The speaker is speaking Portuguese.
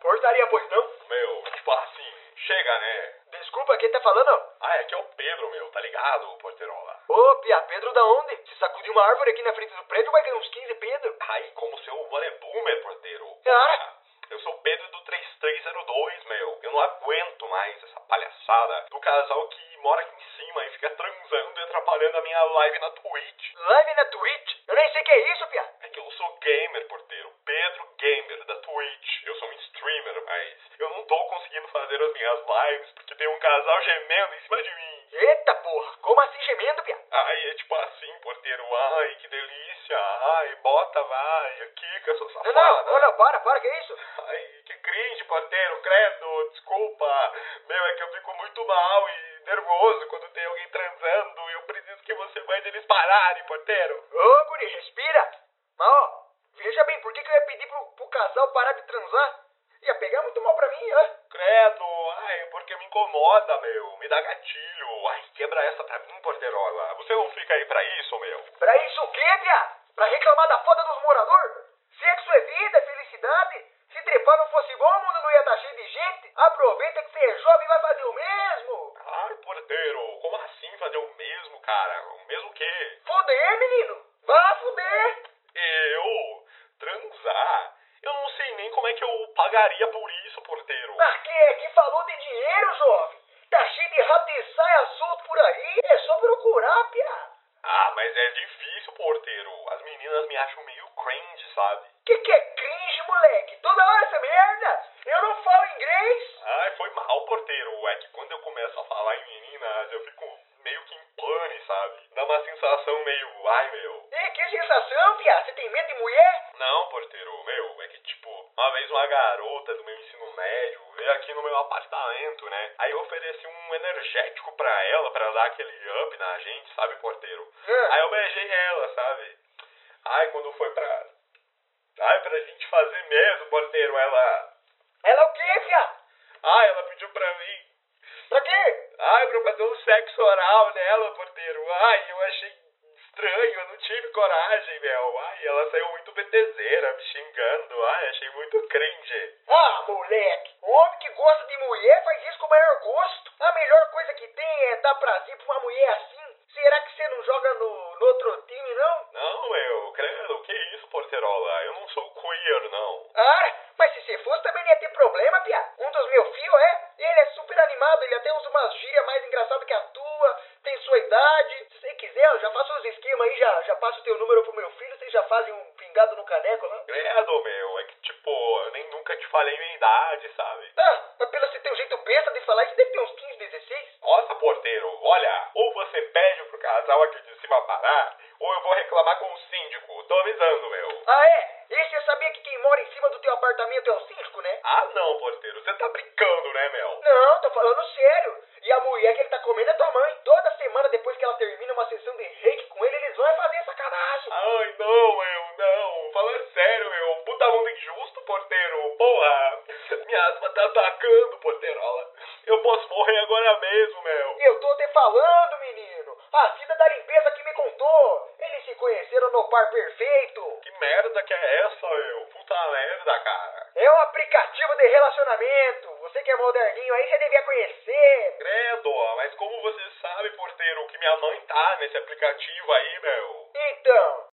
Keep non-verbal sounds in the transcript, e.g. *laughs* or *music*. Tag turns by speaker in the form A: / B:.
A: putaria, pois não?
B: Meu, tipo assim, chega, né?
A: Desculpa, quem tá falando?
B: Ah, é que é o Pedro, meu, tá ligado, Porterola?
A: Ô, Pia, Pedro da onde? Se sacudir uma árvore aqui na frente do prédio, vai ganhar uns 15 Pedro.
B: Ai, como seu volebumer, porteiro.
A: Cara.
B: Eu sou o Pedro do 3302, meu. Eu não aguento mais essa palhaçada do casal que mora aqui em cima e fica transando e atrapalhando a minha live na Twitch.
A: Live na Twitch? Eu nem sei o que é isso, Pia.
B: É que eu sou gamer, porteiro. Pedro Gamer, da Twitch. Eu sou um streamer, mas eu não tô conseguindo fazer as minhas lives porque tem um casal gemendo em cima de mim.
A: Eita porra, como assim gemendo, Pia?
B: Ai, é tipo assim, porteiro. Ai, que delícia. Ai, bota, vai. Aqui, que eu sou
A: Não,
B: safada.
A: não, não, não, para, para, que é isso?
B: Ai, que cringe, porteiro, credo, desculpa. Meu, é que eu fico muito mal e nervoso quando tem alguém transando. Eu preciso que você mande eles pararem, porteiro.
A: Ô, guri, respira. Mas, ó, veja bem, por que, que eu ia pedir pro, pro casal parar de transar? Ia pegar muito mal pra mim, né?
B: Credo, ai, porque me incomoda, meu. Me dá gatilho. Ai, quebra essa pra mim, porteirola. Você não fica aí pra isso, meu.
A: Pra isso o quê, Pia? Pra reclamar da foda dos moradores? Sexo é vida, é felicidade. Se trepar não fosse bom, o mundo não ia estar cheio de gente. Aproveita que você é jovem e vai fazer o mesmo.
B: Ai, porteiro, como assim fazer o mesmo, cara? O mesmo quê?
A: Fuder, menino. Vá fuder.
B: É, Eu? Transar? Eu não sei nem como é que eu pagaria por isso, porteiro.
A: Mas quem é que falou de dinheiro, jovem? Tá cheio de rato e saia solto por aí. É só procurar, Pia.
B: Ah, mas é difícil, porteiro. As meninas me acham meio cringe, sabe?
A: Que que é cringe, moleque? Toda hora essa merda. Eu não falo inglês.
B: Ai, foi mal, porteiro. É que quando eu começo a falar em meninas, eu fico meio que em pane, sabe? Dá uma sensação meio, ai, meu.
A: E que sensação, Pia. Você tem medo de mulher?
B: Não, porteiro, meu, é que tipo, uma vez uma garota do meu ensino médio veio aqui no meu apartamento, né? Aí eu ofereci um energético pra ela, pra dar aquele up na gente, sabe, porteiro?
A: Hum.
B: Aí eu beijei ela, sabe? Ai, quando foi pra. Ai, pra gente fazer mesmo, porteiro, ela.
A: Ela é o quê, Pia?
B: Ai, ela pediu pra mim.
A: Pra quê?
B: Ai, pra fazer um sexo oral nela, porteiro. Ai, eu achei estranho, eu não tive coragem, meu. Ai, ela saiu muito betezeira, me xingando. Ai, achei muito cringe.
A: Ah, moleque, o homem que gosta de mulher faz isso com o maior gosto. A melhor coisa que tem é dar prazer pra uma mulher assim. Será que você não joga no, no outro time, não?
B: Não, meu, credo, que isso, porterola? Eu não sou queer, não.
A: Ah, mas se você fosse também não ia ter problema, Pia. Um dos meus filhos é, ele é super animado, ele até usa umas gírias mais engraçadas que a tua, tem sua idade. Se você quiser, eu já faço uns esquemas aí, já, já passo o teu número pro meu filho, vocês já fazem um pingado no caneco né? lá.
B: Credo, meu, é que tipo, eu nem nunca te falei minha idade, sabe?
A: Ah, mas pelo esse teu jeito besta de falar, isso deve ter uns 15, 16.
B: Nossa, porteiro, olha, ou você pede pro casal aqui de cima parar, ou eu vou reclamar com o síndico. Tô avisando, meu.
A: Ah, é? E você sabia que quem mora em cima do teu apartamento é o síndico, né?
B: Ah, não, porteiro, você tá brincando, né, meu?
A: Não, tô falando sério. E a mulher que ele tá comendo é tua mãe. Toda semana depois que ela termina uma sessão de reiki com ele, eles vão fazer sacanagem.
B: Ai, não, eu não. Falando sério, meu. Puta mundo injusto, porteiro. Porra. *laughs* Minha asma tá atacando, porteirola. Eu posso morrer agora mesmo, meu.
A: Eu tô te falando, menino. A Cida da limpeza que me contou. Eles se conheceram no par perfeito.
B: Que merda que é essa, meu? Puta merda, cara.
A: É um aplicativo de relacionamento. Você que é moderninho aí, você devia conhecer.
B: Credo, mas como você sabe, porteiro, que minha mãe tá nesse aplicativo aí, meu?
A: Então,